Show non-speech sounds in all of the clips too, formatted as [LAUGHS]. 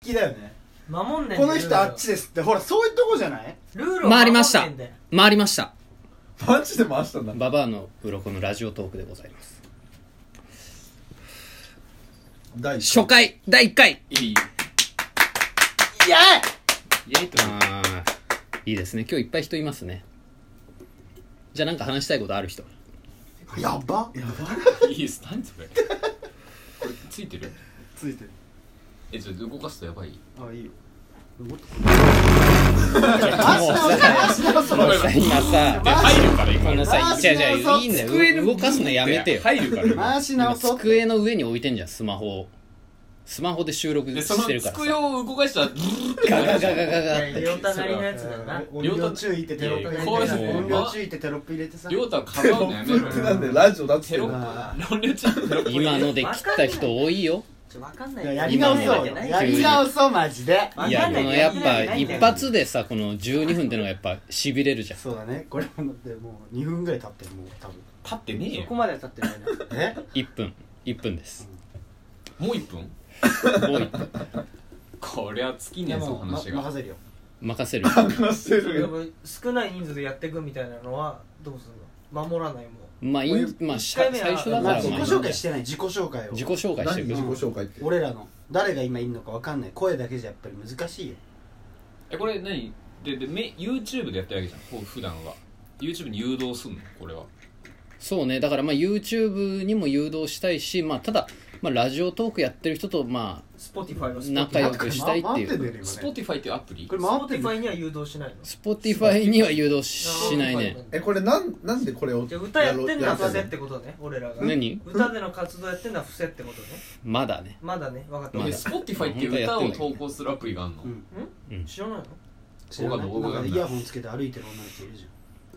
きだよね守んねんこの人あっちですってほらそういうとこじゃないルールを回りました守んねんで回りましたマジで回したんだババアの鱗のラジオトークでございます第一初回第1回いいイいやエイとかあーいいですね今日いっぱい人いますねじゃあなんか話したいことある人いやばやばいいです何それこれついてるついてるえそれ動かすとやばいあいいよもうさもうさ今でさ入るから今このさ回いし直そうやいやいいんだよ動かすのやめてよ入るから今回し今直そう机の上に置いてんじゃんスマホをスマホで収録でそしのてるから机さを動かしたらブルーってガガガガなるガガっいや両手て張りのやつだな音量注意ってテロップいや入れてこういうの音量注意ってテロップ入れてさじゃん亮太はかばうのやめろテロップなんでラジオだっテロップ論理中今ので切った人多いよちょわかんないいややり直そうよやり直そうマジでわかんいなやいこのやっぱ一発でさこの12分ってのがやっぱしびれるじゃんそうだねこれもだってもう2分ぐらい経ってるもう多分立ってねえそよこまでは経ってないなえ1分1分ですもう一分もう1分こりゃ尽きいねやえぞもうま話が任せるよ任せる話して [LAUGHS] でも少ない人数でやっていくみたいなのはどうするの守らないもんまあいいまあし一ゃ回目は最初だかまあら自己まあ紹介してない自己紹介を自己紹介して何る自己何紹介って俺らの誰が今いるのか分かんない声だけじゃやっぱり難しいよえこれ何ででめ YouTube でやってるわけじゃんほ普段は YouTube に誘導すんのこれはそうねだからまあ YouTube にも誘導したいしまあただまあラジオトークやってる人とま Spotify あの仲良くしたいっていうう Spotify っていうアプリこれ回ってんの Spotify には誘導しないの Spotify には誘導しないねえこれなんなんでこれをじゃあ歌やってんのはやろ伏うせっやろうてことね俺らが何歌での活動やってんのは伏せってことねまだねまだね分かった、までだ Spotify っていう歌を投稿するアプリがあるの、うん知らないの知らない僕は僕はなんかイヤホンつけて歩いてる女の人いるじ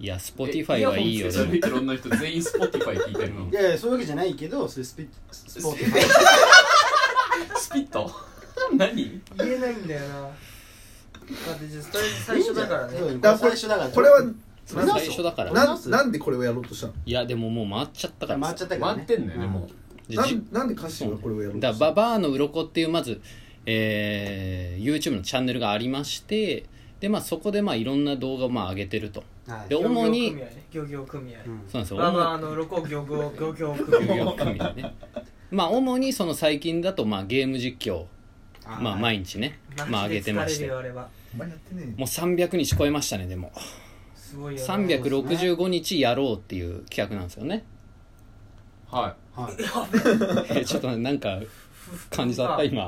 いや Spotify はいいよででももいろんな人全員 Spotify 聞いてるゃのんいやいやそういうわけじゃないけどそういうスピスポーツスピット [LAUGHS] 何言えないんだよなだってじゃあとりあえず最初だからねいいんだだかよらそうここれれ最初だからこれはそ最れ直す初だからななんでこれをやろうとしたのいやでももう回っちゃったから回っさちゃったから回ねってんだよねもうじゃなあじんなんで歌詞がこれをやろうとだしバたバアの鱗っていうまず、えー YouTube のチャンネルがありましてで、まあ、そこでまあいろんな動画をまあ上げてるとはいで主に漁業組合ねうんそうなん漁業組合ですよまあまああ主のロコ漁業漁業組合に組合ね [LAUGHS] まあ主にその最近だとまあゲーム実況まあ毎日ねまあ上げてまマしジで疲れてるもよあれはお前やってねう300日超えましたねでもすごいよな365日やろうっていう企画なんですよねははいえちょっとなんか感じだった今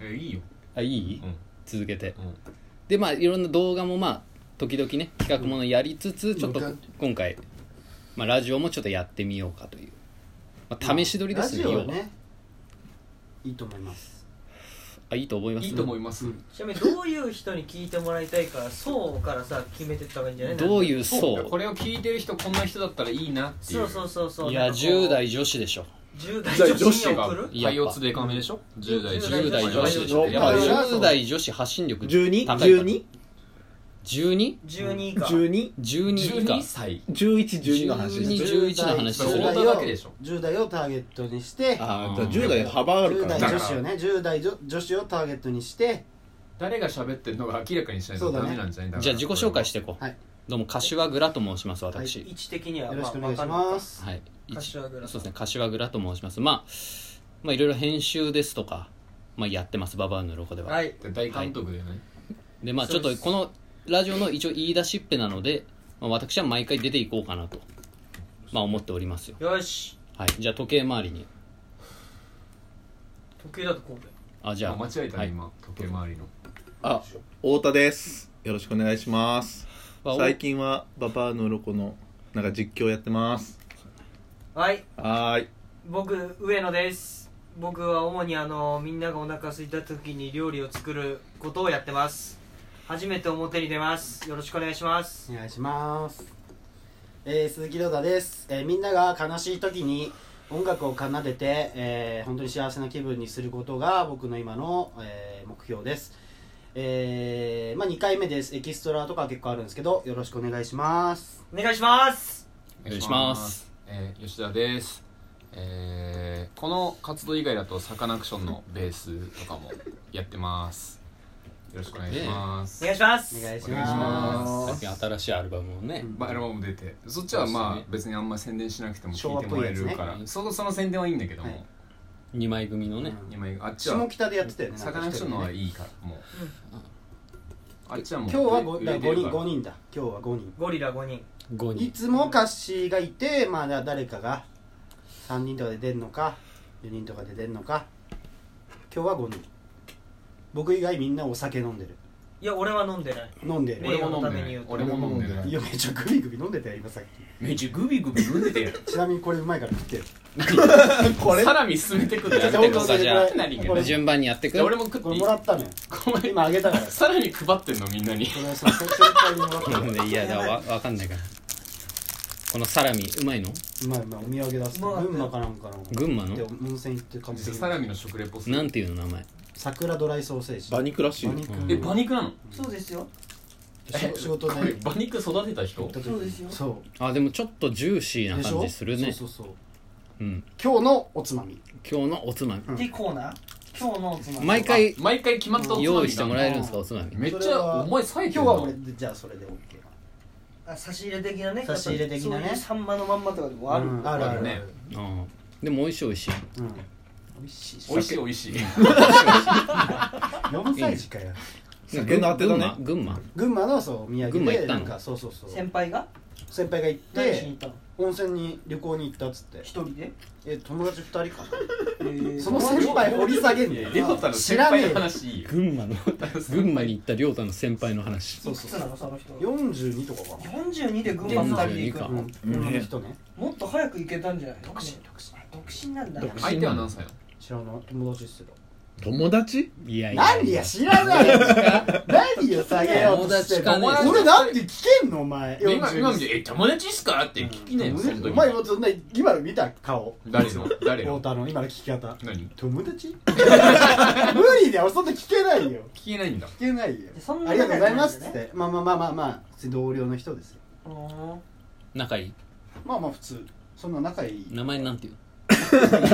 いえいいよあいい、うん続けてうんでまあいろんな動画もまあ時々ね企画ものやりつつ、ちょっと今回、まあ、ラジオもちょっとやってみようかという、まあ、試し撮りですね,ラ要ジは、オはねいいと思いますあいいと思いますいいと思います、うんちなみにどういう人に聞いてもらいたいから層からさ決めてった方がいいんじゃないどういうそう層これを聞いてる人こんな人だったらいいなっていそううそうそうそういいや10代女子でしょ10代女子にが送るいやパイオツでカメでしょ10代10代女子でしょ女子ややっぱっぱり10代女子発信力高い12から12 12 12以下12 12以下12歳1112の話12 11の話そう10代太田だけでしょ10代をターゲットにしてああうん10代幅ある10から代だ女子をね10代女女子をターゲットにして誰が喋ってるのか明らかにしないとダメなんじゃないんだからじゃあ自己紹介していこう、はいどうも柏倉と申します私、位置的にはよろしくお願いしまあわかんなまいすはい、一柏倉さそうでんすね柏倉と申しますまあまあいろいろ編集ですとか、まあ、やってますババアのロコでは、はいで大監督だよね、でまあちそうょっでとすこのラジオの一応言い出しっぺなので、まあ、私は毎回出ていこうかなと、まあ、思っておりますよ、よしはい、じゃあ時計回りに時計だとこうだよあじゃああ間違えたね、はい今時計回りのあ太田ですよろしくお願いしますまあお最近はババアの鱗のなんか実況やってますはいはーい僕上野です僕は主にあのみんながお腹空いた時に料理を作ることをやってます初めて表に出ますよろしくお願いしますお願いします、えー鈴木亮太です、えーみんなが悲しい時に音楽を奏でて、えー本当に幸せな気分にすることが僕の今の、えー目標です、えーまあ、2回目ですエキストラとか結構あるんですけどよろしくお願いしますお願いしますお願いしますえー吉田です、ええーこの活動以外だとサカナクションのベースとかもやってますよろしくお願いします、お願いしますお願いしお願いしまます最近新しいアルバムをね、まあ、アルバムも出てそっちはそうですまねあ別にあんま宣伝しなくても聞いてもらえる昭か和ら、そのその宣伝はいいんだけども、はい2枚組のね、今あっちは下北でやってたよねサカナクションのなんはか一いいからもう、あっちはもう人ね今日は五売れだて五る人から五人だ今日は五人ゴリラ5人5い人つも歌詞がいてまあだ誰かが3人とかで出んのか4人とかで出んのか今日は5人僕以外みんなお酒飲んでるいや俺は飲んでない飲んでる俺俺も飲んも飲んででなないい俺も飲んでないいやめっちゃグビグビ飲んでたよ今さっきめっちゃグビグビ飲んでてやるちなみにこれうまいから食ってるこれサラミ進めてくるちょっとやめてく本だ当さにいじゃあ何これ順番にやってくじゃあ俺も食ってこいれいもらったのよごめん今あげたからこさらに配ってんのみんなにれその絶対にもらったのいやだわわかんないからこのサラミうまいのうまいうまいお土産だすうまい群馬かなんかの群馬での温泉行って完璧サラミの食レポするなんていうの名前桜ドライソーセージバニクらしいよ馬肉うんえ馬肉なのそうですよ仕仕事これで馬肉育てた人そうですよそあでもちょっとジューシうーなでしょ感じするねそうそうそううん、今日のおつまみ今日のおつまみでコーナー今日のおつまみ毎回毎回決まったおつまみ用意してもらええるんですかおつまみめっそちれゃはお前最今強日はだ俺じゃあそれで OK あ差し入れ的なね差し入れ的なねやっぱりそういうサンマのまんまとかでもある、うんあるあるねああでも美味しい美味しいうん美味しい美味しい美味しい4歳児かよ酒のあてだね群馬群群馬馬のそうお土群産馬行でったなのんかそうそうそう先輩が先輩が行っ何しに行ってたの温泉に旅行に行ったっつって一人で、え友達2人かえーなその先輩掘り下げんねレオタの知先らね輩えのよ話いいよ群馬の群馬に行った亮太の先輩の話そういくそつうなのその人42とかかな42で群馬二人で行くの42うん女の人ねもっと早く行けたんじゃないの独身独身独身なんだ独身相手は何歳なの知らない友達っすよ友達いやいや何や知らないやつか何よ下げようとしてんの友達かね俺なんで聞けんのお前今今見42て「え友達っすか?」って聞きねえのそのお時前もそんな今の見た顔誰の誰太の田の今の聞き方何友達無理だよそんな聞けないよ聞けないんだ聞けないよそんなありがとうございますっつ仲っ良くなてまあまあまあまあまあ普通に同僚の人ですよるんだね仲いいまあまあ普通そんな仲いい名前なんていう言わねえよう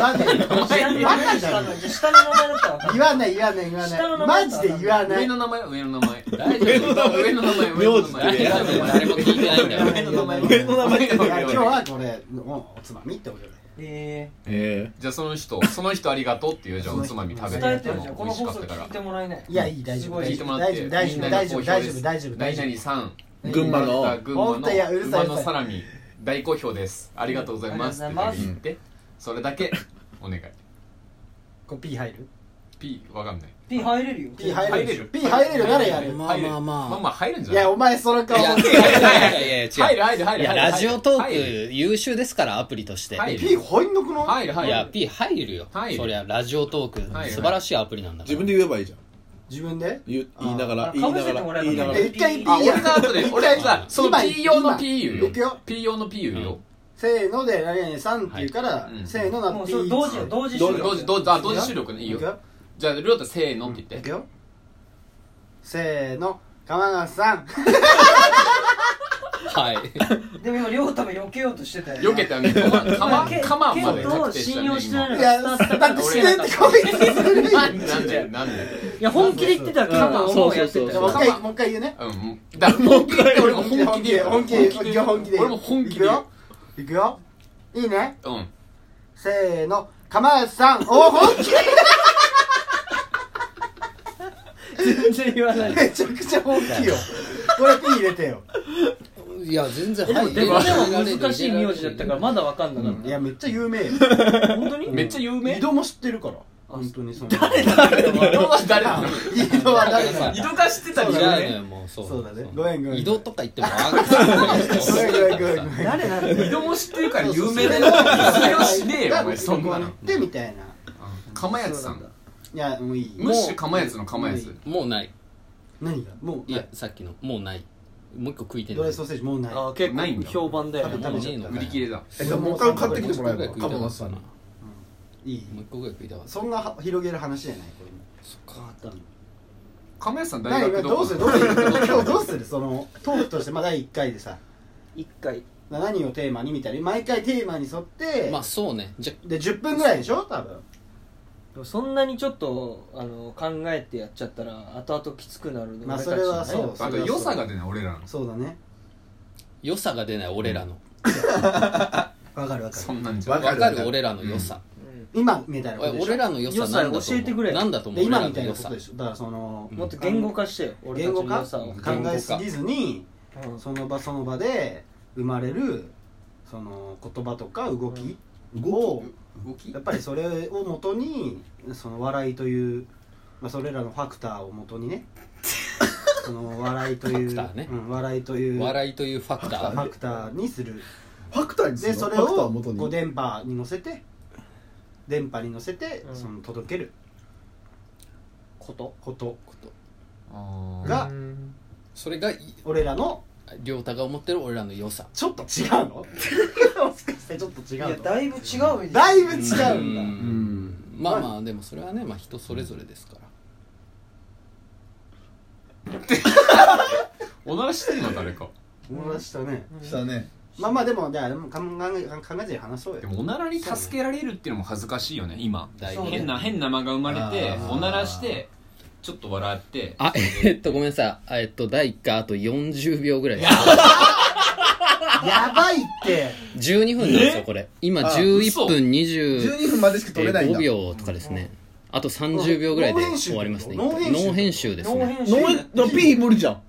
ーん下の名バカ前じだゃっんたのじゃあ下の名前だったら分かる言 [LAUGHS] わない言わない言わ下の名ない前マジで言わな上いの名前上の名前大丈夫上の名前上の名前名字って誰も聞いてないんだよ上の名前上の名前いや今日はこれのおつまみってことでええじゃあその人その人ありがとうっていうじゃあおつまみ食ー、べ伝えれてるじゃんこ美の味し放かっ送たから聞いてもらえないいやいい大丈夫すご聞大い丈ても夫ら大って丈夫大丈夫大丈夫大丈夫大大丈夫大丈夫丈さんえ群馬の群馬本当やうのるさい馬のサラミ大好評ですありがとうございますあっりてがとうございます言ってそれだけお願いこれ P 入る P わかんない P 入れるよ P 入れるでしょ入れる P 入れるならやるまあ入るまあまあまあまあ入るんじゃいないやお前その顔いやいやいやいや違う入る入る入るいやラジオト入るーク優秀ですからアプリとして入る P 入んなくない入る入るいや P 入るよ入るそりゃラジオトーはクい素晴らしいアプリなんだー、から自分で言えばいいじゃん自分で言う言いながあら言いなが被せてもらえばら言いながらえ一回 P あや俺の後で俺さその今 P 用の P 言う今よいくよ P 用の P 言うよせーので何々さんって言うからはいうんせーのなもっうてそれ同時よ同時終了同時同時あ同時収録ねいいいくよよじゃありょうたせーのって言いっくてよせーの鎌川さんはいでも今両太も避けようとしてたよよけてあげるかまかままでケントを確定した信ね用してない今のいがや伝わだっったてしてってこいつずるいなんでなんでなんでいや本気で言ってたからカマをやってたじゃあよもう一回もう一回言うねうんだから本気で言って俺も本気で言う本気で本気で本気で俺も本気いくで言うよいくよいいねうんせーの鎌川さんお本気全然言わないめちゃくちゃ本気よこれ P 入れてよいや全然でも入でるも難しい名字だったからまだわかんなかっいやめっちゃ有名よた本当にめっちゃ有 [LAUGHS] 名井戸も知ってるから本当にその誰だ井戸は誰なの井戸は誰だ井戸化してたそりういだらねないよもうそうそうだねごめんごめん移動とか言ってもわかんないごめんごめんごめんごめん誰なんだよ井戸も知ってるから有名でだよそれをしね [LAUGHS] えよお前そんなのでみたいな釜やつさんいやもういいむしろ釜やつの釜やつもうない何がもういやさっきのもうないもう一個食いてんドだライよソーセージもうないあ結構評判だよ食べ食べちゃった売り切れだえじゃあもう一回買ってきてもらえばもう一個ぐらい食いたかったんなもいいう一個ぐらい食いたかったそんなは広げる話じゃないこれも釜やつさん大何学今どどこうするどうする今日どうするそのトークとしてまあ第1回でさ一回何をテーマにみたいな毎回テーマに沿って、まあそうねじゃで10分ぐらいでしょ多分でもそんなにちょっとあの考えてやっちゃったら後々きつくなるのまあ俺たちそれはねやっぱそうあと良さが出ない俺らのそうだね良さが出ない俺らのわかるわかそんなんじゃわわかるかる俺らの良さ、今みたいなことでしょ俺らの良さなんだと良さ教思えてくれうなんだと思でう俺今らみのたいな良こさとでしょだからそのうんもっと言語化してよ俺言た語ちの化良さを考えすぎずにうんその場その場で生まれるその言葉とか動きを動きやっぱりそれをもとにその笑いという、まあ、それらのファクターをもとに [LAUGHS] ねその笑いというファクターねうん、笑いという笑いというファクタファークターにするファクターにすでるそのれファクターをを元こうに電波に乗せて電波に乗せてうんその届けることことあーがそれがい俺らの亮太が思ってる俺らの良さちょっと違う [LAUGHS] のもしかしてちょっと違いうのやだだいぶ違うみいぶ違ううんだんまあまあでもそれはね、まあ、人それぞれですからおならしてんの誰か思いましたねしたねまあまあでもじゃあでも考え考えずに話そうよでもおならに助けられるっていうのも恥ずかしいよね今だいぶね変な変な間が生まれてあーおならしてちょっと笑ってあえっとごめんなさいあえっと第1回あと40秒ぐらいやばいって12分なんですよこれ今11分12分までしか取れないん25だ秒とかですねあと30秒ぐらいで終わりますねノー編集ノー編集ですノーね編集ノーだ P 無理じゃん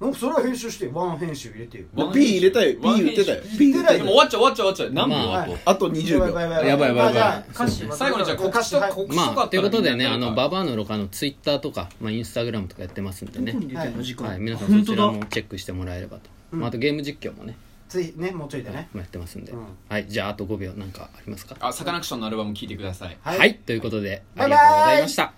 なんかそれは編集してよワン編集入れてよワン P 入れたよ P ワン言ってたよ編 P 言ってでたもよ終わっちゃう終わっちゃう終わっちゃう何分、まああとあと20秒やばいやばいやばいまあじゃあ歌詞最後にじゃあこ告知とはい告知とかあったまあらということでねみんあなでのババアのロカのツイッターとか、まあ、インスタグラムとかやってますんではね、いはい、皆さんそちらもチェックしてもらえればと、まあ、あとゲーム実況もね、ついねもうちょいでねまあ、やってますんで、うんはいじゃああと5秒なんかありますかあサカナクションのアルバム聴いてくださいはい、ということであバイりバがイとうございました